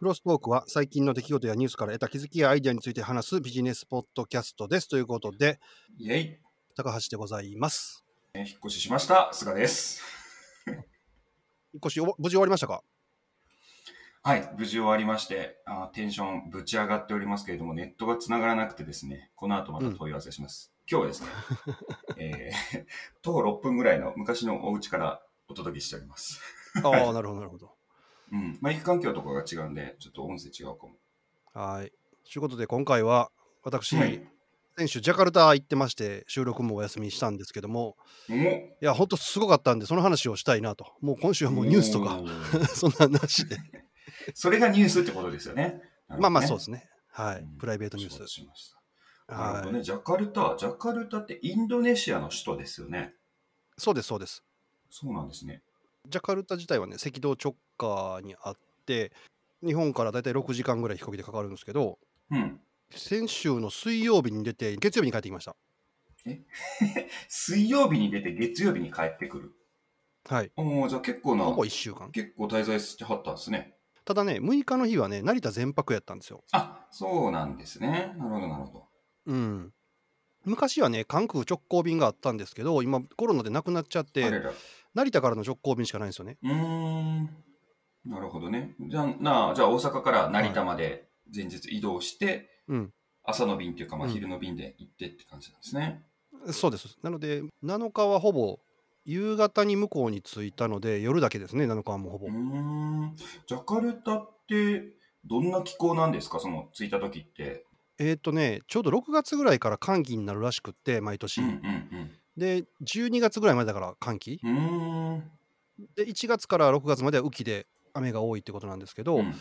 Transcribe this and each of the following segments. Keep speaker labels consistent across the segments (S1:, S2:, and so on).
S1: ロストークは最近の出来事やニュースから得た気づきやアイデアについて話すビジネスポッドキャストです。ということで、
S2: イェイ、
S1: 高橋でございます。
S2: えー引っ越ししました、菅です。
S1: 引っ越しおぼ無事終わりましたか
S2: はい、無事終わりましてあー、テンションぶち上がっておりますけれども、ネットがつながらなくてですね、この後また問い合わせします。今日はですね、 えー 徒歩6分ぐらいの昔のお家からお届けしております。
S1: ああ、なるほど、なるほど。
S2: うん、マイク環境とかが違うんで、ちょっと音声違うかも。
S1: はい。ということで、今回は私、
S2: はい。
S1: 先週ジャカルタ行ってまして、収録もお休みしたんですけども、
S2: も
S1: いや、本当すごかったんで、その話をしたいなと。もう今週はもうニュースとか、。 そんな話 で。
S2: それがニュースってことですよね。。
S1: まあまあ、そうですすね。はい。プライベートニュ
S2: 承
S1: ー
S2: 知
S1: ス。
S2: しました。なるほど
S1: は
S2: ね、
S1: い。
S2: ジャカルタ、ジャカルタってインドネシアの首都ですよね。
S1: そうです、そうです。
S2: そうなんですね。
S1: ジャカルタ自体はね、赤道直下にあって、日本からだいたい6時間ぐらい飛行機でかかるんですけど、
S2: うん。
S1: 先週の水曜日に出て、月曜日に帰ってきました。
S2: 水曜日に出て月曜日に帰ってくる。
S1: はい。
S2: おお、じゃあ結構な
S1: ほ、ぼ1週間。
S2: 結構滞在してはったんですね。
S1: ただね、6日の日はね、成田全泊やったんですよ。
S2: あ、そうなんですね。なるほど、なるほど。
S1: うん。昔はね、関空直行便があったんですけど、今、コロナでなくなっちゃっ
S2: あれ
S1: て、
S2: ら。う
S1: 成田からの直行便しかないんですよね。
S2: ーん。なるほどね。じゃあ、なあじゃあ大阪から成田まで前日移動して、
S1: うん。
S2: 朝の便というか、まあ、
S1: うん
S2: 昼の便で行ってって感じなんですね。
S1: そうです。なので、7日はほぼ、夕方に向こうに着いたので、夜だけですね、7日はもうほぼ
S2: うー。ん。ジャカルタって、どんな気候なんですかその着いた時って。
S1: えーっとね、ちょうど6月ぐらいから寒気になるらしくって、毎年。
S2: うんうん
S1: で、12月ぐらいまでだから寒気。
S2: うん。うーん。
S1: で、1月から6月までは雨季で雨が多いってことなんですけど、
S2: うんうん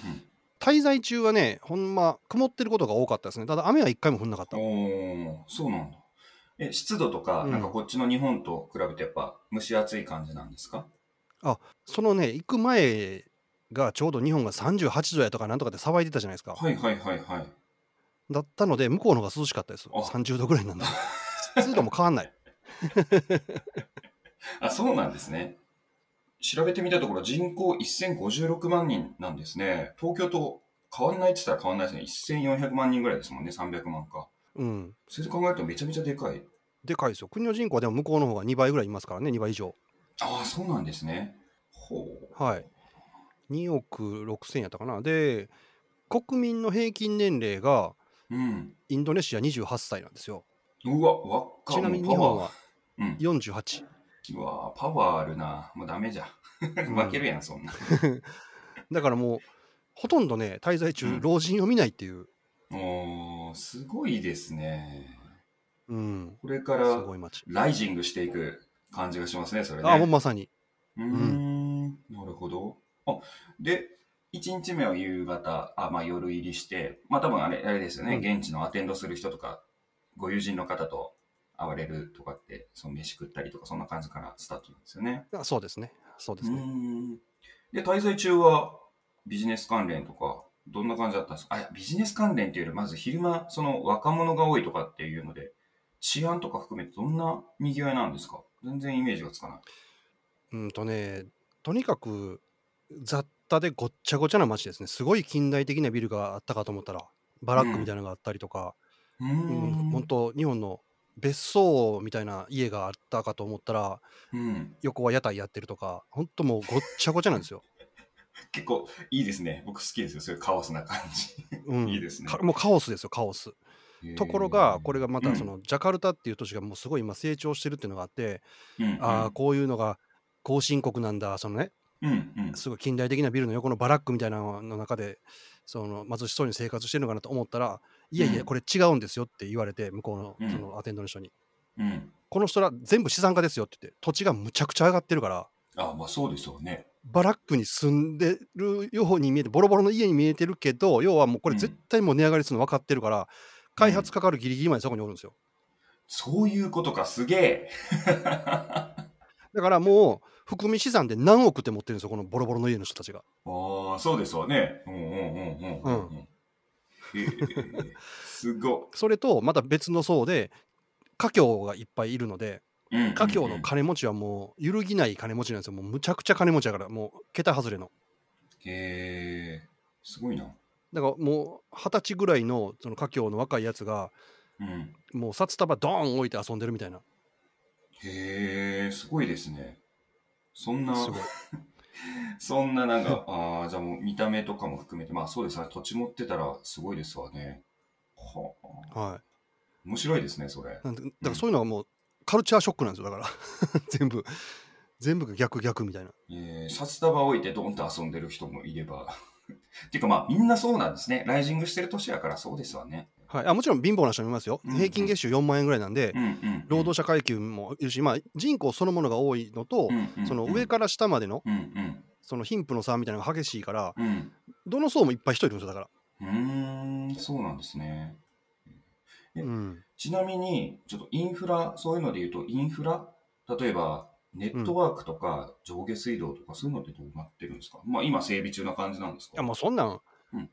S1: 滞在中はね、ほんま、曇ってることが多かったですね。ただ、雨は一回も降んなかった。
S2: おーそうなんだ。え、湿度とか、
S1: うん
S2: なんかこっちの日本と比べてやっぱ蒸し暑い感じなんですか
S1: そのね、行く前がちょうど日本が38度やとかなんとかって騒いでたじゃないですか。
S2: はいはいはいはい。
S1: だったので、向こうの方が涼しかったです。
S2: あ
S1: 30度ぐらい なんだ。湿度も変わんない。
S2: あ、そうなんですね。調べてみたところ人口1056万人なんですね。東京と変わんないって言ったら変わんないですね。1400万人ぐらいですもんね、300万か。
S1: うん。
S2: それで考えるとめちゃめちゃでかい。
S1: でかいですよ。国の人口はでも向こうの方が2倍ぐらいいますからね、2倍以上。
S2: ああ、そうなんですね。ほう。
S1: はい。2億6千やったかな。で、国民の平均年齢が
S2: うん。
S1: インドネシア28歳なんですよ。
S2: うわ、わっか。
S1: ちなみに
S2: も
S1: 日
S2: うパワー
S1: 本は
S2: うん。
S1: 48。
S2: うわパワーあるな。もうダメじゃ。 負けるやん、そんな。
S1: だからもう、ほとんどね、滞在中、
S2: うん
S1: 老人を見ないっていう。
S2: おー、すごいですね。
S1: うん。
S2: これか
S1: す
S2: ら
S1: ごい街。
S2: ライジングしていく感じがしますね、それね。
S1: ああ、もうまさに。
S2: うーん、なるほど。あ、で、1日目は夕方、あ、まあ夜入りして、まあ多分あれ、あれですよね、
S1: うん
S2: 現地のアテンドする人とか、ご友人の方と会われるとかって、その飯食ったりとか、そんな感じからスタートなんですよね。
S1: あそうですね。そうです
S2: うー
S1: ね。
S2: ん。で、滞在中はビジネス関連とか、どんな感じだったんですかあ、いやビジネス関連っていうより、まず昼間、その若者が多いとかっていうので、治安とか含めてどんな賑わいなんですか全然イメージがつかない。
S1: うんとね、とにかく雑多でごっちゃごちゃな街ですね。すごい近代的なビルがあったかと思ったら、バラックみたいなのがあったりとか、
S2: うー
S1: うん本当日本の別荘みたいな家があったかと思ったら、
S2: うん。
S1: 横は屋台やってるとか、本当もうごっちゃごちゃなんです よ。
S2: 結構いいですね。僕好きですよ。そういうカオスな感じ。
S1: うん、
S2: いいですね
S1: かもうカオスですよ、カオス。ところが、これがまたその、ジャカルタっていう都市がもうすごい今成長してるっていうのがあって、
S2: うん、うん、
S1: ああ、こういうのが後進国なんだ、そのね、
S2: うん、うん、
S1: すごい近代的なビルの横のバラックみたいなのの中で、その貧しそうに生活してるのかなと思ったら、いやいや、
S2: うん
S1: これ違うんですよって言われて、向こう
S2: う
S1: の
S2: ん
S1: そのアテンドの人に、
S2: うん。
S1: この人ら全部資産家ですよって言って、土地がむちゃくちゃ上がってるから、
S2: あまあそうですよね。
S1: バラックに住んでるように見えて、ボロボロの家に見えてるけど、要はもうこれ
S2: うん
S1: 絶対もう値上がりするの分かってるから、開発かかるギリギリまでそこにおるんですよ。
S2: そういうことか、すげえ。
S1: だからもう、含み資産で何億って持ってるんですよ、このボロボロの家の人たちが。
S2: ああ、そうですよね。うん、うん、うん、うん。うんえー、すご
S1: それと、また別の層で、家境がいっぱいいるので、
S2: い。うんうんうん
S1: 家境の金持ちはもう揺るぎない金持ちなんですよ。もうむちゃくちゃ金持ちだから、もう桁外れの。
S2: へえすごいな。
S1: だからもう二十歳ぐらいのその華僑の若いやつが
S2: うん。
S1: もう札束ドーン置いて遊んでるみたいな
S2: へえ、すごいですね。そんな、
S1: すごい
S2: そんななんか、ああ、じゃあもう見た目とかも含めて、まあそうですね。土地持ってたらすごいですわね。はあ、
S1: は
S2: 面白いですね、そ
S1: い。
S2: れ
S1: なんでだからそういうのはもうカルチャーショックなんですよだから 全部全部が逆逆みたいな
S2: えー、札束置いてドンと遊んでる人もいれば。 ていうかまあみんなそうなんですね。ライジングしてる年やからそうですわね。
S1: はい、あもちろん貧乏な人もいますよ、
S2: うん
S1: 平均月収4万円ぐらいなんで、
S2: うんうん。
S1: 労働者階級もいるし、まあ、人口そのものが多いのと、
S2: うんうんうん
S1: その上から下までの
S2: うんうん。
S1: その貧富の差みたいなのが激しいから、
S2: うん。
S1: どの層もいっぱい人いるんですよ、だから。
S2: うーん、そうなんですね。
S1: う
S2: え
S1: ん、
S2: ちなみに、ちょっとインフラ、そういうので言うと、インフラ、例えば、ネットワークとか上下水道とかそういうのってどうなってるんですか、まあ今整備中な感じなんです
S1: いや
S2: か
S1: もうそんなん、
S2: うん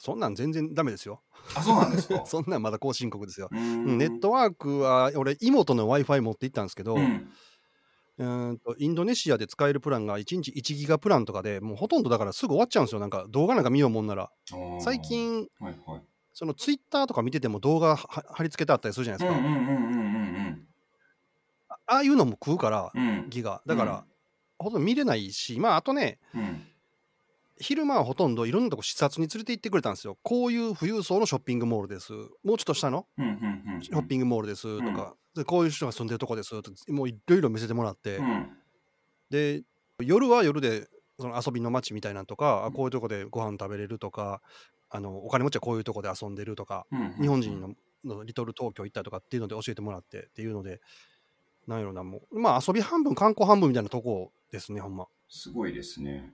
S1: そんなん全然ダメですよ。
S2: あ、そうなんです か
S1: そんなんまだ後進国ですよ。
S2: うーん
S1: うんネットワークは、俺、妹の w i f i 持って行ったんですけど、
S2: う
S1: うんーんとインドネシアで使えるプランが1日1ギガプランとかでもうほとんどだからすぐ終わっちゃうんですよ、なんか動画なんか見ようもんなら。
S2: あー
S1: 最近、
S2: はいはい
S1: そのツイッターとか見てても動画は貼り付けてあったりするじゃないですか、
S2: うんうんうんうんうん
S1: ああいうのも食うから
S2: うんうん
S1: ギガだから、ほとんど見れないしまああとね
S2: うん
S1: 昼間はほとんどいろんなとこ視察に連れて行ってくれたんですよこういう富裕層のショッピングモールですもうちょっと下の
S2: うんうんうん
S1: ショッピングモールですと
S2: うん
S1: か、でこういう人が住んでるとこですとかもういろいろ見せてもらって、
S2: うん
S1: で夜は夜でその遊びの街みたいなんとか、あこういうとこでご飯食べれるとかあのお金持ちはこういうとこで遊んでるとか
S2: うん
S1: 日本人ののリトル東京行ったとかっていうので教えてもらってっていうので、なんやろな、もう、まあ遊び半分、観光半分みたいなとこですね、ほんま。
S2: すごいですね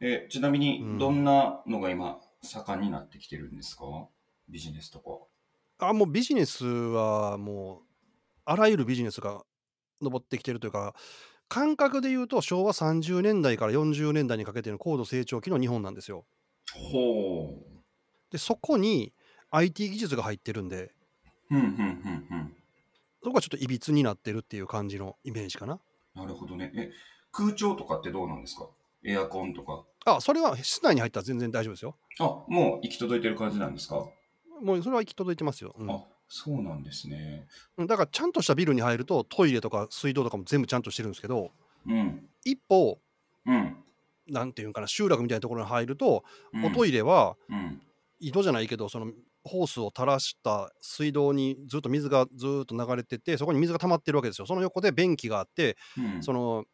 S2: えちなみ
S1: うん
S2: にどんなのが今盛んになってきてるんですかビジネスとか
S1: あ、もうビジネスはもう、あらゆるビジネスが上ってきてるというか、感覚で言うと昭和30年代から40年代にかけての高度成長期の日本なんですよ。
S2: ほ
S1: で、そこに IT 技術が入ってるんで、
S2: ううんうんうんうん
S1: そこはちょっといびつになってるっていう感じのイメージかな。
S2: なるほどね。え、空調とかってどうなんですかエアコンとか。
S1: あ、それは室内に入ったら全然大丈夫ですよ。
S2: あ、もう行き届いてる感じなんですか、
S1: もうそれは行き届いてますよ。うん
S2: あ、そうなんですね。
S1: うんだからちゃんとしたビルに入るとトイレとか水道とかも全部ちゃんとしてるんですけど
S2: うん。
S1: 一方
S2: うん。
S1: なんていうんかな集落みたいなところに入ると、おト
S2: イ
S1: イレは
S2: レ。うん。
S1: 井戸じゃないけどそのホースを垂らした水道にずっと水がずっと流れててそこに水が溜まってるわけですよその横で便器があって
S2: うん。
S1: その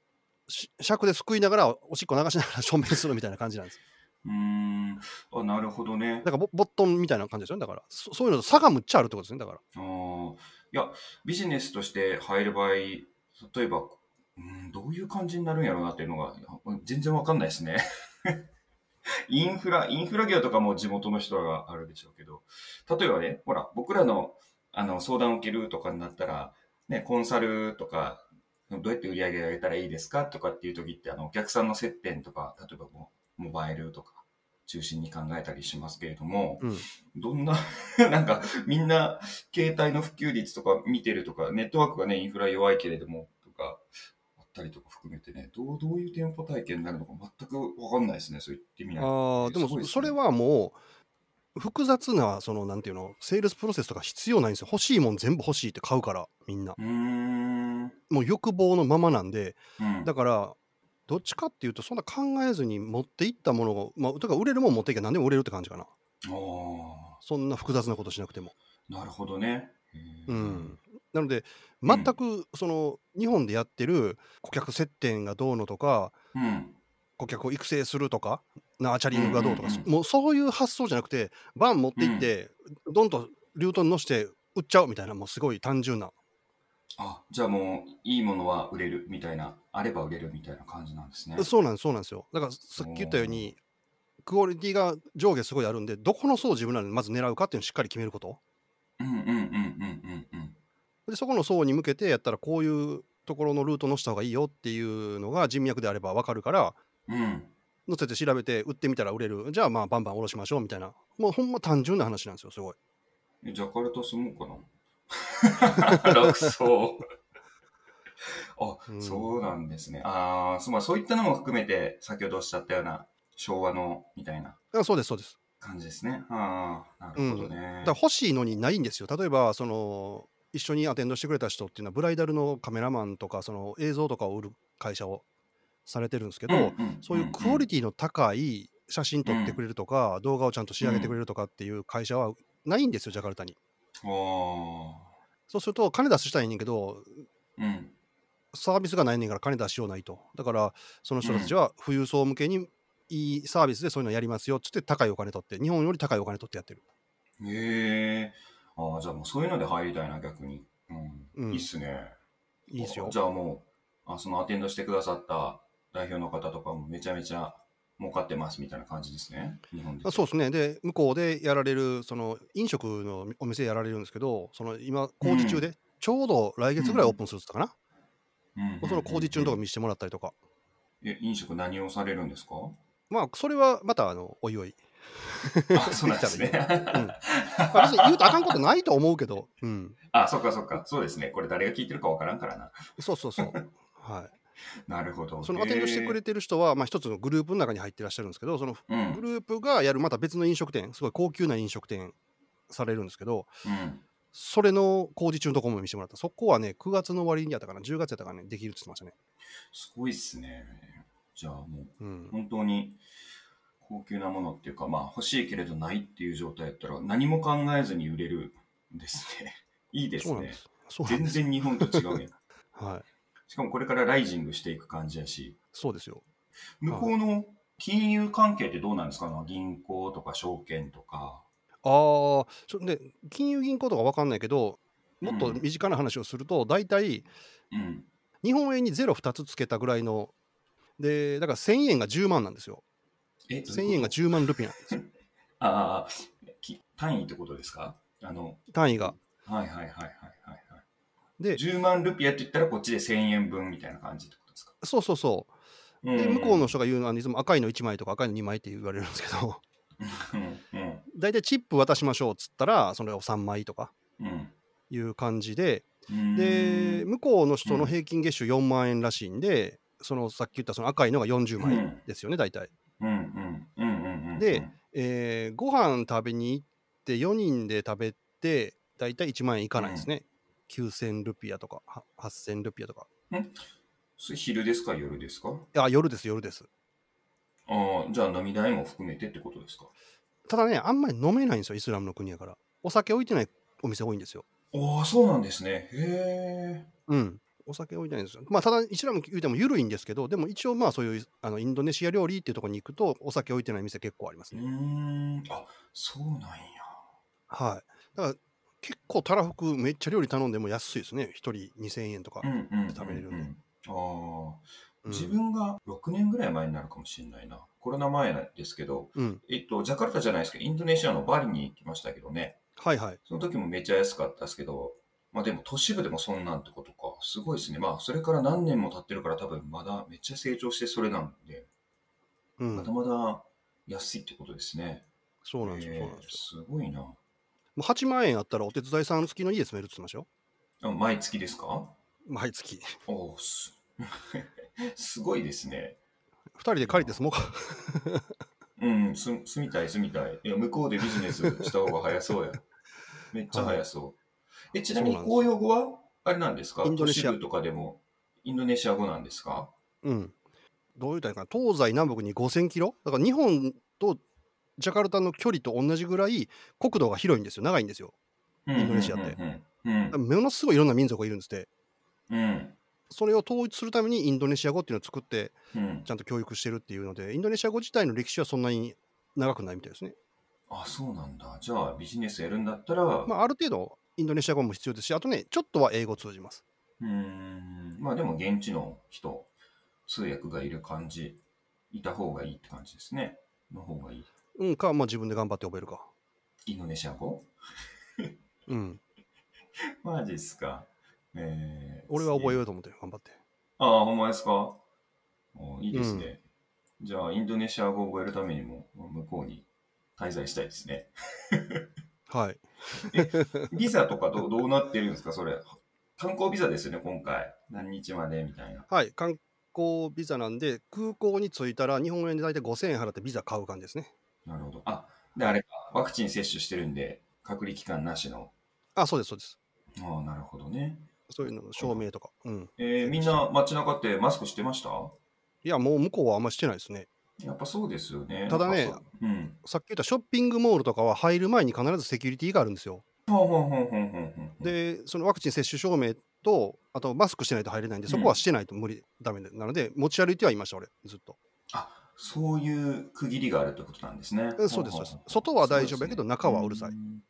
S1: し尺ですくいながらおしっこ流しながら 正面するみたいな感じなんです
S2: うーん。あ、なるほどね。
S1: だからボボットンみたいな感じですよねだからそそういうのと差がむっちゃあるってことですねだから
S2: あーいや、ビジネスとして入る場合、例えば、うん、どういう感じになるんやろうなっていうのが、いや全然わかんないですね。インフラ、インフラ業とかも地元の人があるでしょうけど、例えばね、ほら、僕らのあの相談を受けるとかになったら、ね、コンサルとか、どうやって売り上げ上げたらいいですかとかっていう時って、あの、お客さんの接点とか、例えばもうモバイルとか中心に考えたりしますけれども、
S1: うん
S2: どんな、 なんか、みんな、携帯の普及率とか見てるとか、ネットワークがね、インフラ弱いけれども、とか、あったりとか含めてね、どう、どういう店舗体験になるのか全くわかんないですね、そう言ってみないと。
S1: あーです
S2: ごい
S1: も
S2: ですね
S1: それはもう複雑なそのなんていうのセールスプロセスとか必要ないんですよ欲しいもん全部欲しいって買うからみんな
S2: うーん。
S1: もう欲望のままなんで
S2: うん。
S1: だからどっちかっていうとそんな考えずに持っていったものをまあとか売れるもん持っていけば何でも売れるって感じかな
S2: あ
S1: そんな複雑なことしなくても
S2: あ、なるほどね。へー
S1: うん。なので
S2: うん
S1: 全くその日本でやってる顧客接点がどうのとか
S2: うん。
S1: 顧客を育成するとかナーチャリングがどうとか、
S2: うんうんうん
S1: もうそういう発想じゃなくてバン持っていって、どんとルートに乗せて売っちゃうみたいなもうすごい単純な
S2: あ、じゃあもう、いいものは売れるみたいな、あれば売れるみたいな感じなんですね。
S1: そうなんですそうなんですよだからさっき言ったようにクオリティが上下すごいあるんでどこの層を自分らでまず狙うかっていうのをしっかり決めること
S2: うんうんうんうんうんうん。
S1: でそこの層に向けてやったらこういうところのルート乗せた方がいいよっていうのが人脈であれば分かるから
S2: うん。
S1: 乗せて調べて売ってみたら売れるじゃあまあバンバン下ろしましょうみたいなもうほんま単純な話なんですよすごい
S2: えジャカルタ住もうかな。 楽そう。あ、
S1: うん
S2: そうなんですね。ああ、そうまあそういったのも含めて、先ほどおっしゃったような、昭和のみたいな
S1: あそうです、そうです。
S2: 感じですね。ああ、なるほどね
S1: だ。から欲しいのにないんですよ。例えば、その、一緒にアテンドしてくれた人っていうのは、ブライダルのカメラマンとか、その映像とかを売る会社をされてるんですけど、そういうクオリ
S2: テ
S1: ティの高い写真撮ってくれるとか、動画をちゃんと仕上げてくれるとかっていう会社はないんですよ、ジャカルタに。
S2: ィ。お
S1: そうすると、金出ししたいねんけど、
S2: ーうん。
S1: サービスがないねんから金出しようないと。だから、その人たちは富裕層向けにいいサービスでそういうのやりますよっつって、高いお金取って、日本より高いお金取ってやってる。
S2: へえ。ああ、じゃあもうそういうので入りたいな、逆に。う。
S1: うんん
S2: いいっすね。
S1: いいですよ
S2: じ。ゃあもう、あそのアテンドしてくださった代表の方とかもめちゃめちゃ儲かってますみたいな感じですね。日本で。
S1: あそうですね。で、向こうでやられる、その飲食のお店やられるんですけど、その今、工事中で、ちょうど来月ぐらいオープンするっつったかな。
S2: うんうんうんうん
S1: その工事中のとこ見せてもらったりとか。
S2: え、飲食何をされるん ですか
S1: まあ、それはまた、あの、おいおい。
S2: あ、そうなんですね。
S1: まあ別に言うとあかんことないと思うけど、うん。
S2: あ、そっかそっか。そうですね。これ誰が聞いてるかわからんからな。
S1: そうそうそう。はい。
S2: なるほど。
S1: そのアテンドしてくれてる人は、まあ、一つのグループの中に入ってらっしゃるんですけど、その
S2: へー。うん。
S1: グループがやるまた別の飲食店、すごい高級な飲食店されるんですけど、
S2: うん。
S1: それの工事中のところも見せてもらった。そこはね、9月の終わりにやったかな、10月やったかな、できるって言ってましたね。
S2: すごいっすね。じゃあもう
S1: うん、
S2: 本当に高級なものっていうか、まあ欲しいけれどないっていう状態だったら何も考えずに売れるんですね。 いいです
S1: そうなん
S2: ね
S1: で。す。そうなん
S2: 全
S1: です。
S2: 然日本と違うやん。
S1: はい。
S2: しかもこれからライジングしていく感じやし、
S1: そうですよ。
S2: 向こうの金融関係ってどうなんですか、ね、銀行とか証券とか。
S1: ああ、そで、金融銀行とかわかんないけど、もっと身近な話をすると、大体、
S2: うん。
S1: 日本円にゼロ2つつけたぐらいの、で、だから1000円が10万なんですよ。
S2: え、どういう
S1: 1000円
S2: こ
S1: が10万ルピーなんですよ。
S2: とああ、き単位ってことですかあの、
S1: 単位が。
S2: はいはいはいはいはい、はい。
S1: で
S2: 10万ルピアって言ったらこっちで1000円分みたいな感じってことですか、
S1: そうそうそう。
S2: うん
S1: で向こうの人が言うのはいつも赤いの1枚とか赤いの2枚って言われるんですけど
S2: うんうん
S1: 大体チップ渡しましょうっつったらそれを3枚とか
S2: うん
S1: いう感じで
S2: うん
S1: で向こうの人の平均月収4万円らしいんでそのさっき言ったその赤いのが40
S2: う
S1: 枚
S2: ん
S1: ですよね大体。
S2: うんうんうんうんうん
S1: でえーご飯食べに行って4人で食べて大体1万円いかないですね。9000ルピアとかは8000ルピアとか。
S2: それ昼ですか夜ですか
S1: あ夜です夜です。
S2: ああじゃあ飲み代も含めてってことですか
S1: ただねあんまり飲めないんですよイスラムの国やから。お酒置いてないお店多いんですよ。
S2: ああそうなんですねへえ
S1: うん、お酒置いてないんですよ。まあ、ただ、イスラム言うても緩いんですけど、でも一応、まあ、そういうあのインドネシア料理っていうところに行くと、お酒置いてない店結構あります
S2: う
S1: ね。
S2: ーんあそうなんや
S1: はい。だから、結構たらふく、めっちゃ料理頼んでも安いですね。1人2000円とか
S2: う。んうんうんうん
S1: 食べれるね
S2: ああ
S1: うん
S2: 自分が6年ぐらい前になるかもしれないなコロナ前なんですけど
S1: うん。
S2: えっとジャカルタじゃないですけどインドネシアのバリに行きましたけどね
S1: はいはい。
S2: その時もめっちゃ安かったですけど、まあでも都市部でもそんなんってことか。すごいですね。まあそれから何年も経ってるから多分まだめっちゃ成長してそれなんで、
S1: う
S2: まだ
S1: ん。
S2: まだ安いってことですね。
S1: そうなんですよ。
S2: えー
S1: そうなんですよ。
S2: すごいな。
S1: もう8万円あったら、お手伝いさん付きの家住めるって言ってましたよ。
S2: あ毎月ですか
S1: 毎月。
S2: おお、す すごいですね。
S1: 2人で借りて住もうか。
S2: うん、す住みたい住みたい。いや、向こうでビジネスした方が 早そうや。めっちゃ早そう。え、ちなみに
S1: そうなんですよ
S2: 公用語はあれなんですか
S1: インド
S2: 都
S1: ネ
S2: 市
S1: シア
S2: 部とかでもインドネシア語なんですか
S1: うん。どういうたらいいかな。東西南北に5000キロだから、日本とジャカルタの距離と同じぐらい、国土が広いんですよ。長いんですよ。
S2: イ
S1: ンドネシアって。
S2: うんうんうんうん
S1: ものすごいいろんな民族がいるんですって
S2: うん。
S1: それを統一するためにインドネシア語っていうのを作って
S2: うん
S1: ち。ゃんと教育してるっていうのでインドネシア語自体の歴史はそんなに長くないみたいですね、
S2: あ、そうなんだ。じゃあ、ビジネスやるんだったら、
S1: まあ、ある程度インドネシア語も必要ですしあとねちょっとは英語通じます
S2: うーん。まあ、でも、現地の人、通訳がいる感じ、いた方がいいって感じですね。の方がいい。
S1: うんか、まあ、自分で頑張って覚えるか
S2: インドネシア語
S1: うん
S2: マジっすか。えー、
S1: 俺は覚え
S2: え
S1: ようと思ってる頑張って
S2: ああ、ほんまですかおいいですね。じゃあ、インドネシア語を覚えるためにも、向こうに滞在したいですね。
S1: はい
S2: ビザとかどうどうなってるんですかそれ。観光ビザですよね、今回。何日までみたいな。
S1: はい観港ビザなんで、空港に着いたら日本円で大体5000円払ってビザ買う感じですね。
S2: なるほど。あ、で、あれか、ワクチン接種してるんで、隔離期間なしの。
S1: あ、そうです、そうです。
S2: ああ、なるほどね。
S1: そういうの、証明とか。うん。
S2: えーみんな街中ってマスクしてました
S1: いや、もう向こうはあんましてないですね。
S2: やっぱそうですよね。
S1: ただね
S2: なんかそう、うん。
S1: さっき言ったショッピングモールとかは入る前に必ずセキュリティがあるんですよ。
S2: ほうほうほうほうほうほう。
S1: で、そのワクチン接種証明と、あとマスクしてないと入れないんで、そこはしてないと無理、ダメなので、持ち歩いてはいました、俺、ずっと。
S2: あ、そういう区切りがあるってことなんですね。
S1: うんそうです、そうで
S2: ほほ
S1: す
S2: ほ。
S1: 外は大丈夫やけど、中はうるさい。。
S2: そうですねん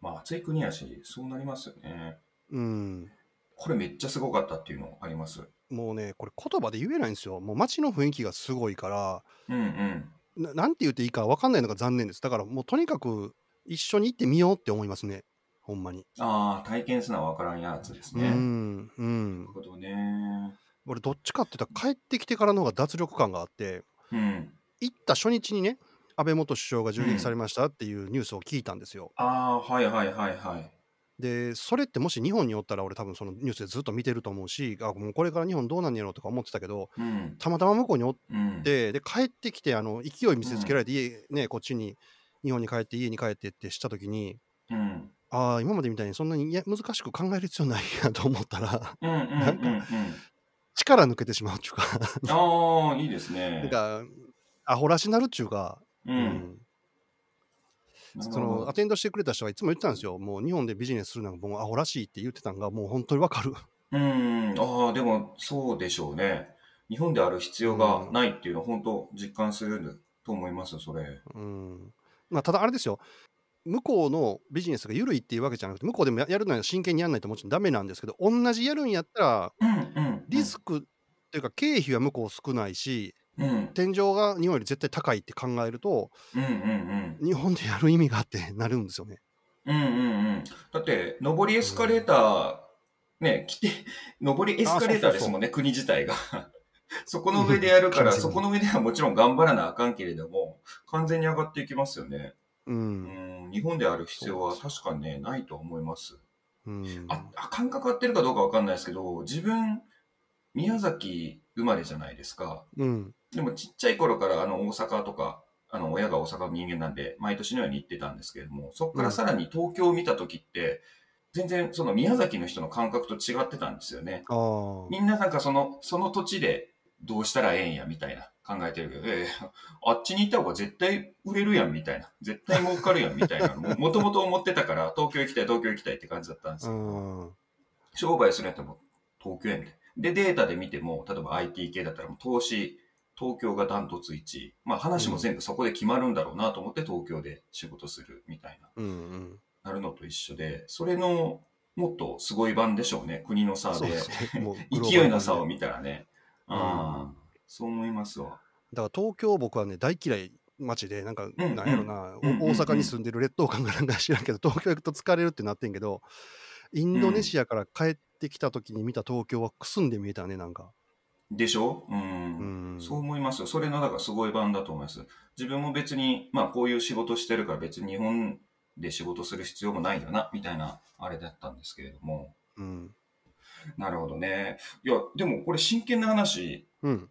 S2: まあ、暑い国やし、そうなりますよね。
S1: うん。
S2: これめっちゃすごかったっていうのあります。
S1: もうね、これ言葉で言えないんですよ。もう街の雰囲気がすごいから、
S2: うんうん。
S1: ななんて言っていいか分かんないのが残念です。だからもうとにかく一緒に行ってみようって思いますね。ほんまに。
S2: ああ、体験すなわからんやつです
S1: う
S2: ね。
S1: ん。う
S2: なんる。ほどね。
S1: 俺どっちかって言ったら帰ってきてからの方が脱力感があって、
S2: うん。
S1: 行った初日にね、安倍元首相が銃撃されましたっていうニュースを聞いたんですよ。
S2: ああー、はいはいはいはい。
S1: で、それってもし日本におったら俺多分そのニュースでずっと見てると思うし、あ、もうこれから日本どうなんやろうとか思ってたけど、
S2: うん。
S1: たまたま向こうにおっ
S2: うん。
S1: でで帰ってきてあの勢い見せつけられて家、ね、こっちに日本に帰って家に帰ってってした時に
S2: うん。
S1: ああ今までみたいにそんなにいや難しく考える必要ない やと思ったら
S2: うんうんうん
S1: なんか
S2: うん。
S1: 力抜けてしまうっていうか
S2: ああ、いいですね。
S1: なんかアホらしなるっちゅうか、う
S2: う。
S1: ん
S2: なるほ
S1: その
S2: ど
S1: アテンドしてくれた人はいつも言ってたんですよもう日本でビジネスするのがもうアホらしいって言ってたんがもう本当にわかる
S2: うん。ああ、でも、そうでしょうね。日本である必要がないっていうのは、本当実感すると思いますよ、それ。
S1: うん、まあ、ただあれですよ向こうのビジネスが緩いっていうわけじゃなくて向こうでもややるのは真剣にやらないともちろんダメなんですけど同じやるんやったら
S2: うんうん。
S1: リスクっていうか経費は向こう少ないし
S2: うん。うん
S1: 天井が日本より絶対高いって考えると
S2: うんうん。
S1: 日本でやる意味があってなるんですよね。
S2: うんうんうん。だって、上りエスカレーター、ね、来て、上りエスカレーターですもんね、国自体が。そこの上でやるから、
S1: うん完全に
S2: そこの上ではもちろん頑張らなあかんけれども、完全に上がっていきますよね。
S1: う
S2: うんん、日本である必要は確かにね、ないと思います。
S1: うん
S2: あ、あ感覚合ってるかどうかわかんないですけど、自分、宮崎生まれじゃないですか。
S1: うん
S2: でもちっちゃい頃からあの大阪とか、あの親が大阪の人間なんで、毎年のように行ってたんですけれども、そこからさらに東京を見た時って、全然その宮崎の人の感覚と違ってたんですよね。
S1: あー
S2: みんななんかその、その土地でどうしたらええんやみたいな考えてるけど、ええあっちに行った方が絶対売れるやんみたいな、絶対儲かるやんみたいな、ももともと思ってたから、東京行きたい、東京行きたいって感じだったんです
S1: う
S2: よ。
S1: ん
S2: 商売するんやったらもう東京やみたいな。で、データで見ても、例えば IT 系だったらもう投資、東京がダントツ1位。まあ話も全部そこで決まるんだろうなと思って東京で仕事するみたいな、
S1: うん
S2: なるのと一緒で、それのもっとすごい版でしょうね、国の差
S1: そう
S2: で。
S1: ですねもうグローバル
S2: 勢いの差を見たらね。
S1: ん
S2: ああ、そう思いますわ。
S1: だから東京僕はね大嫌い街でなんか
S2: うん
S1: なんやろな、
S2: うん
S1: お大阪に住んでる劣等感がなんか知らんけど東京行くと疲れるってなってんけどインドネシアから帰ってきた時に見た東京はくすんで見えたねなんか。
S2: でしょう。
S1: うんん
S2: そう思いますよ。それの、だからすごい版だと思います。自分も別に、まあこういう仕事してるから別に日本で仕事する必要もないよな、みたいなあれだったんですけれども。
S1: うん
S2: なるほどね。いや、でもこれ真剣な話、
S1: うん、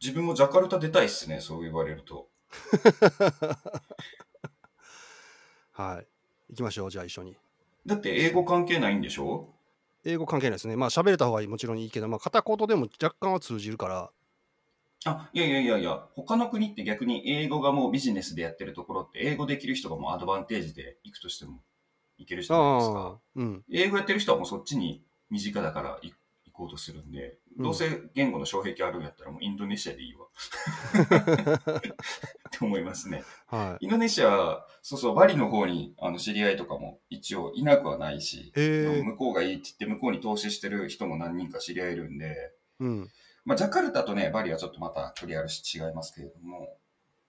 S2: 自分もジャカルタ出たいっすね、そう言われると。
S1: はい行きましょうじゃあ一緒に。
S2: だって英語関係ないんでしょ
S1: 英語関係ないですね。まあ喋れた方がもちろんいいけど、まあ片言でも若干は通じるから、
S2: あ、いやいやいやいや、他の国って逆に英語がもうビジネスでやってるところって、英語できる人がもうアドバンテージで行くとしてもいけるじゃないですか。
S1: ああ、うん、
S2: 英語やってる人はもうそっちに身近だからい行こうとするんで、
S1: うん
S2: どうせ言語の障壁あるんやったらもうインドネシアで いいわ。って思いますね。
S1: はい。
S2: インドネシア、そうそう、バリの方にあの知り合いとかも一応いなくはないし、
S1: へえ、
S2: 向こうがいいって言って向こうに投資してる人も何人か知り合えるんで、
S1: うん。
S2: まあ、ジャカルタとね、バリはちょっとまた距離あるし違いますけれども、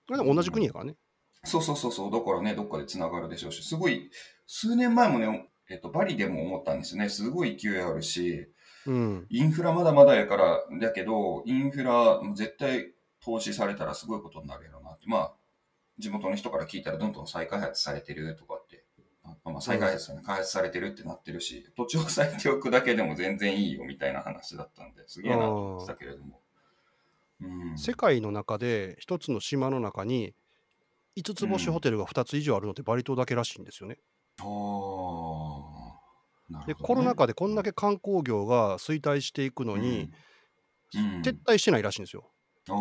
S1: でも同じ国やからね。
S2: そうそうそうそう、だからね、どっかで繋がるでしょうし、すごい、数年前もね、えっと、バリでも思ったんですよね。すごい勢いあるし、
S1: うん、
S2: インフラまだまだやから、だけど、インフラ絶対投資されたらすごいことになるやろうなって。まあ、地元の人から聞いたらどんどん再開発されてるとかって。あまあ、再開発され、開発されてるってなってるし、土地を抑えておくだけでも全然いいよみたいな話だったんで、すげえなと思ってたけれども。うん
S1: 世界の中で一つの島の中に5つ星ホテルが2つ以上あるのってバリ島だけらしいんですよね。
S2: あーなるほどね
S1: でコロナ禍でこんだけ観光業が衰退していくのに、、
S2: うん
S1: 撤退してないらしいんですよ。
S2: う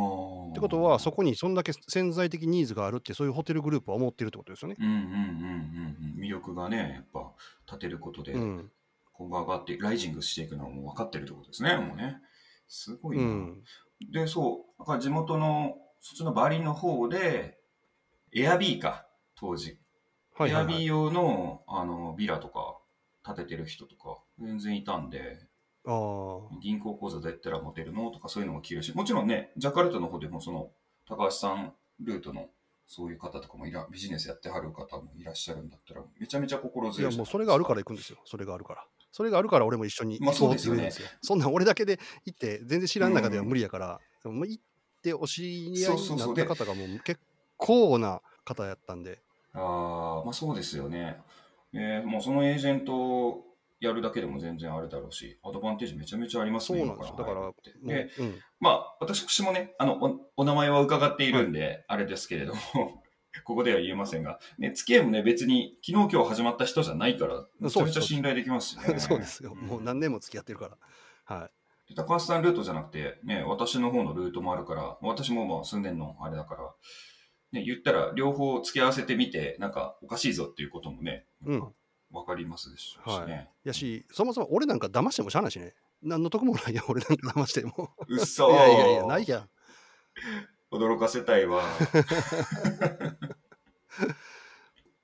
S2: ん、
S1: ってことはそ
S2: こ、
S1: こにそんだけ潜在的ニーズがあるってそういうホテルグループは思ってるってことですよね。
S2: うんうんうんうんうん、魅力がね、やっぱ立てることで、
S1: うん
S2: 今後上がって、ライジングしていくのはもう分かってるってことですね、もうね。すごいうな。
S1: ん、
S2: で、そう、だから地元の、そっちのバリの方で、エアビーか、当時。
S1: はいはい、
S2: エア
S1: は
S2: ビー
S1: い。
S2: 用のあのビラとか建ててる人とか、全然いたんで、
S1: あー
S2: 銀行口座どうやったら持てるのとかそういうのも聞けるし、もちろんね、ジャカルタの方でもその、高橋さんルートのそういう方とかもいら、ビジネスやってはる方もいらっしゃるんだったら、めちゃめちゃ心
S1: い
S2: 強い
S1: や
S2: じゃないです
S1: もうそれがあるから行くんですよ。それがあるから。それがあるから俺も一緒に
S2: まあ
S1: 行こうっ
S2: そうで
S1: て
S2: す
S1: 言うん
S2: よね
S1: ですよ。そんなん俺だけで行って全然知らん中では無理やから、もう行ってお知り合い
S2: そう
S1: に
S2: そう
S1: な
S2: そう
S1: った方がもう結構な方やったんで。
S2: ああ、まあそうですよね。えーもうそのエージェントやるだけでも全然あれだろうし、アドバンテージめちゃめちゃあります
S1: そう
S2: ね、
S1: なんですよ。だから、
S2: 今
S1: も
S2: 入るっ
S1: う
S2: てで、
S1: うん、
S2: まあ、私もね、あの、おお名前は伺っているんで、あれですけれども、 ここでは言えませんが、ね、付き合いもね、別に昨日今日始まった人じゃないから、めちゃめちゃ信頼できますしね。
S1: そうですよ。
S2: ん
S1: もう何年も付き合ってるから。はい。
S2: で高橋さんルートじゃなくて、ね、私の方のルートもあるから、私もまあ数年のあれだから、ね、言ったら両方付き合わせてみて、なんかおかしいぞっていうこともね、
S1: うん
S2: わかりますでしょうしね。
S1: やし、そもそも俺なんか騙してもしゃあないしね。何の得もないやん、俺なんか騙しても。
S2: うっ
S1: い
S2: そー
S1: やいやいや、ないやん。
S2: 驚かせたい わ。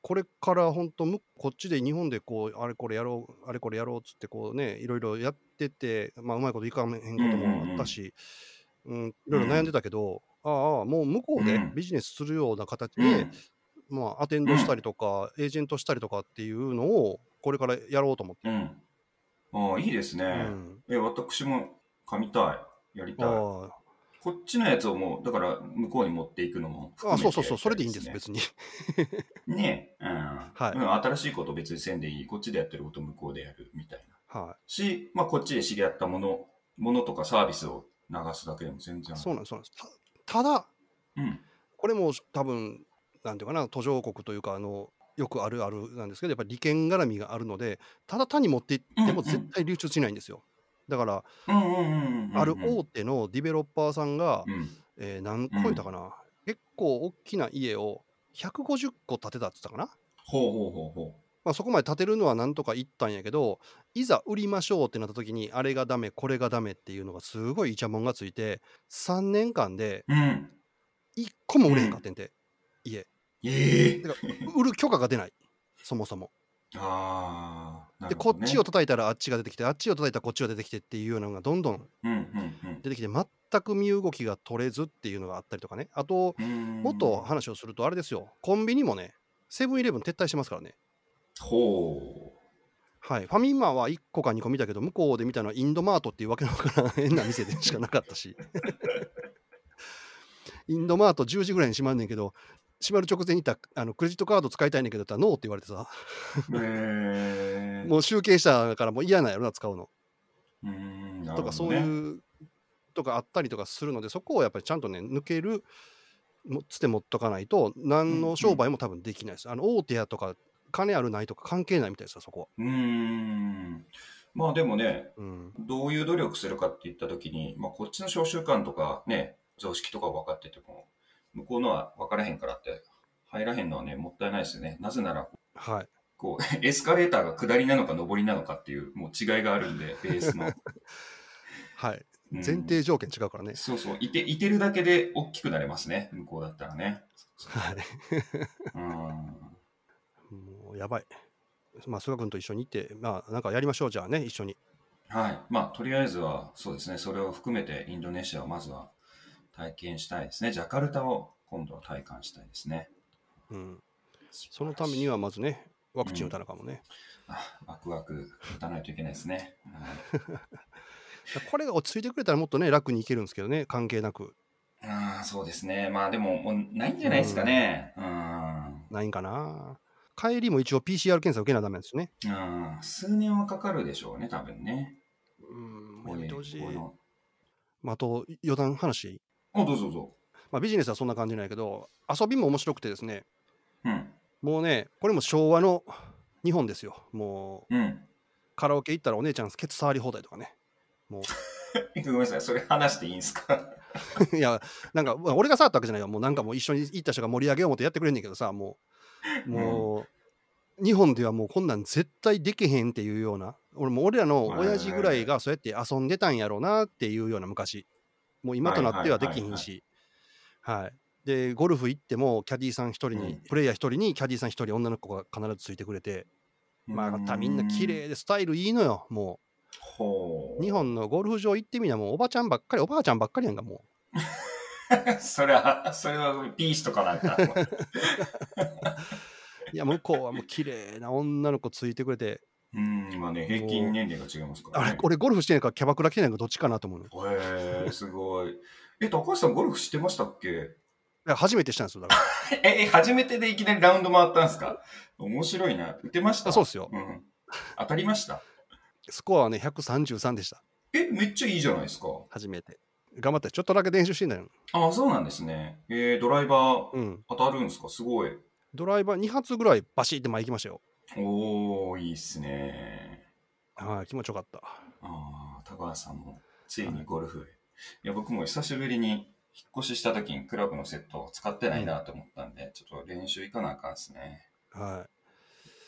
S1: これから本当むこっちで日本でこうあれこれやろうあれこれやろうっつってこうねいろいろやってて、まあ、うまいこといかへんこともあったし、うんいろいろ悩んでたけど、ああもう向こうで
S2: うん
S1: ビジネスするような形
S2: う
S1: で
S2: ん、
S1: まあ、アテンドしたりとか、エージェントしたりとかっていうのをこれからやろうと思って。
S2: うん。ああ、いいですね。
S1: うん
S2: え、私も噛みたい。やりたい。こ
S1: あ
S2: っちのやつをもう、だから向こうに持っていくのも
S1: あ
S2: 含
S1: あ
S2: めて
S1: そうそうそうそれでいいんです
S2: やり
S1: 別に
S2: たいですね。ねえ。うん。
S1: はい
S2: うん新しいこと別にせんでいい。こっちでやってること向こうでやるみたいな。
S1: は
S2: し、まあ、こっちで知り合ったもの、ものとかサービスを流すだけでも全然
S1: い
S2: ある
S1: そうなんですそうなんですたただ
S2: うん。
S1: これも多分なんていうかな途上国というかあのよくあるあるなんですけどやっぱり利権絡みがあるのでただ単に持っていっても
S2: うんうん
S1: 絶対流通しないんですよ。だから、
S2: うんうんうんうんうんうん。
S1: ある大手のディベロッパーさんが、
S2: うん。
S1: えー何個言ったかな、結構大きな家を150個建てたって言ったかな、
S2: ほうほうほうほ
S1: まあ、そこまで建てるのはなんとか言ったんやけどいざ売りましょうってなった時にあれがダメこれがダメっていうのがすごいイチャモンがついて3年間で
S2: う。うん。
S1: 1個も売れへんかってんて、
S2: ええ
S1: だから売る許可が出ないそもそも。
S2: ああ。な
S1: で
S2: る
S1: こ
S2: ほ
S1: っ
S2: どね
S1: ちを、叩いたらあっちが出てきてあっちを叩いたらこっちが出てきてっていうようなのがどんどん
S2: うんうん
S1: 出てきて全く身動きが取れずっていうのがあったりとかねあと
S2: うん。
S1: もっと話をするとあれですよコンビニもねセブンイレブン撤退してますからね
S2: ほ
S1: はいファミマは1個か2個見たけど向こうで見たのはインドマートっていうわけのわからん 変な店でしかなかった しインドマート10時ぐらいに閉まんねんけど閉まる直前にいたあのクレジットカード使いたいねんけどって言ったらノーって言われてさ
S2: う。へえ。
S1: もう集計したからもう嫌なんやろな使うの
S2: うーんなる
S1: と
S2: ほ
S1: か
S2: ど
S1: そう
S2: ね
S1: いうとかあったりとかするのでそこをやっぱりちゃんとね抜けるもつて持っとかないと何の商売も多分できないです、あの大手やとか金あるないとか関係ないみたいですよそこは、
S2: うーんまあでもね
S1: うん、
S2: どういう努力するかって言った時に、まあ、こっちの商習慣とかね常識とか分かってても向こうのは分からへんからって入らへんのはねもったいないですよねなぜなら
S1: はい
S2: こう エスカレーターが下りなのか上りなのかっていうもう違いがあるんでベー スの、
S1: はい
S2: うん
S1: 前提条件違うからね、
S2: そうそういていてるだけで大きくなれますね向こうだったらね
S1: はい
S2: うん
S1: もうやばいまあ菅君と一緒に行ってまあなんかやりましょうじゃあね一緒に
S2: はい。まあ、とりあえずは、そうですね、それを含めてインドネシアをまずは体験したいですね。ジャカルタを今度は体感したいですね。
S1: うんそのために
S2: は。
S1: はまずねワクチン打たなあかんもんね、
S2: あワクワク打たないといけないですね。はい
S1: これが落ち着いてくれたらもっとね楽に行けるんですけどね関係なく
S2: ああ、そうですね。まあ、でも、もうないんじゃないですかね。うん。
S1: ないんかな帰りも一応 PCR 検査受けなダメなんですよね
S2: うん、数年はかかるでしょうね、多分ね。
S1: うん、
S2: こ
S1: もう
S2: う
S1: やめ
S2: いう
S1: てほしい。
S2: こういうの
S1: まあ、あと、余談話
S2: あ、どうぞどうぞ。
S1: まあ、ビジネスはそんな感じなんやけど遊びも面白くてですね
S2: うん。
S1: もうねこれも昭和の日本ですよもう
S2: うん。
S1: カラオケ行ったらお姉ちゃんケツ触り放題とかねも
S2: ごめんなさい、それ話していいんですか
S1: う いやなんかまあ俺が触ったわけじゃないよもうなんかもう一緒に行った人が盛り上げよう思ってやってくれんねんけどさもうもう、日本ではもうこんなん絶対できへんっていうような俺も俺らの親父ぐらいがそうやって遊んでたんやろうなっていうような昔もう今となってはできひんしはいでゴルフ行ってもキャディーさん一人に、
S2: うん
S1: プレイヤー一人にキャディーさん一人女の子が必ずついてくれてまたみんな綺。
S2: うー
S1: 麗でスタイルいいのよも
S2: ほ
S1: う
S2: う。
S1: 日本のゴルフ場行ってみりゃもうおばちゃんばっかりおばあちゃんばっかりやんかも
S2: それは、それはピースとかなんか。
S1: ういや向こうはもう綺麗な女の子ついてくれて
S2: うん、まあね、平均年齢が違いますから、
S1: あ
S2: ね。
S1: れ俺ゴルフしてないからキャバクラ来てないからどっちかなと思うのよ
S2: へえ、すごい。え、高橋さん、ゴルフしてましたっけ
S1: いや初めてしたんですよだから
S2: え、え初めてでいきなりラウンド回ったんですか面白いな。打てました
S1: あそうっすよ
S2: うん。当たりました。
S1: スコアはね133でした
S2: え、めっちゃいいじゃないですか。
S1: 初めて頑張ってちょっとだけ練習してんだよ
S2: あ、そうなんですね。えー、ドライバー
S1: うん
S2: 当たるんですかすごい。
S1: ドライバー2発ぐらいバシッて前行きましたよ
S2: おー、いいっすね。
S1: はい気持ちよかった
S2: あー、高橋さんも、ついにゴルフへ。いや、僕も久しぶりに引っ越しした時にクラブのセットを使ってないなと思ったんで、ちょっと練習行かなあかんですね。
S1: は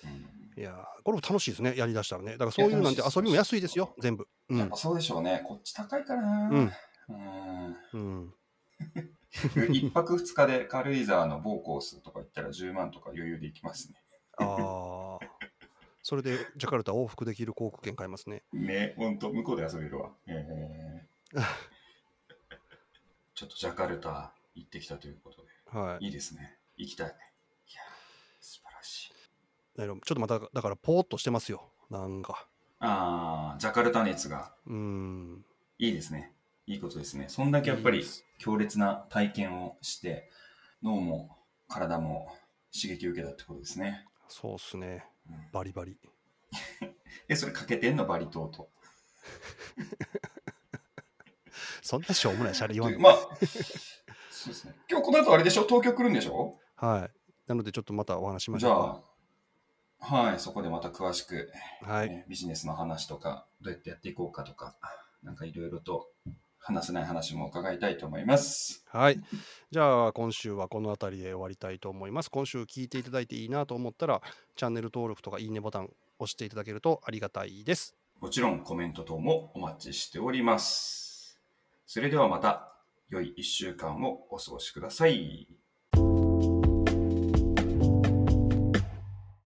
S2: うん
S1: いいやーゴルフ楽しいですねやりだしたらねだからそういうのなんて
S2: いや楽しい
S1: 遊びも安いですよ
S2: 楽
S1: 全部う
S2: やっ
S1: ん
S2: ぱそうでしょうね。こっち高いからな。
S1: うん
S2: うん
S1: うん
S2: 一泊二日で軽井沢の某コースとか行ったら10万とか余裕で行きますね。
S1: ああそれでジャカルタ往復できる航空券買いますね
S2: ね、ほんと、向こうで遊べるわ。えーちょっとジャカルタ行ってきたということで、
S1: はい
S2: いいですね。行きたい。いや、素晴らしい。
S1: だけどちょっとまただからポーっとしてますよなんか
S2: あー、ジャカルタ熱が
S1: うん
S2: いいですね。いいことですね。そんだけやっぱ
S1: いい
S2: り
S1: です
S2: 強烈な体験をして、脳も体も刺激を受けたってことですね。
S1: そうっすね
S2: うん
S1: バリバリ
S2: え、それかけてんのバリ島と。
S1: そんなしょうもないシャレ言わん
S2: まあ、そうですね。 今日この後あれでしょ東京来るんでしょ
S1: はいなのでちょっとまたお話しまし
S2: じ
S1: ょう
S2: ゃあ、はい、そこでまた詳しく、
S1: かはい
S2: ねビジネスの話とか、どうやってやっていこうかとか、なんかいろいろと話せない話も伺いたいと思います。
S1: はい。じゃあ、今週はこの辺りで終わりたいと思います。今週聞いていただいていいなと思ったら、チャンネル登録とかいいねボタン押していただけるとありがたいです。
S2: もちろんコメント等もお待ちしております。それではまた、良い1週間をお過ごしください。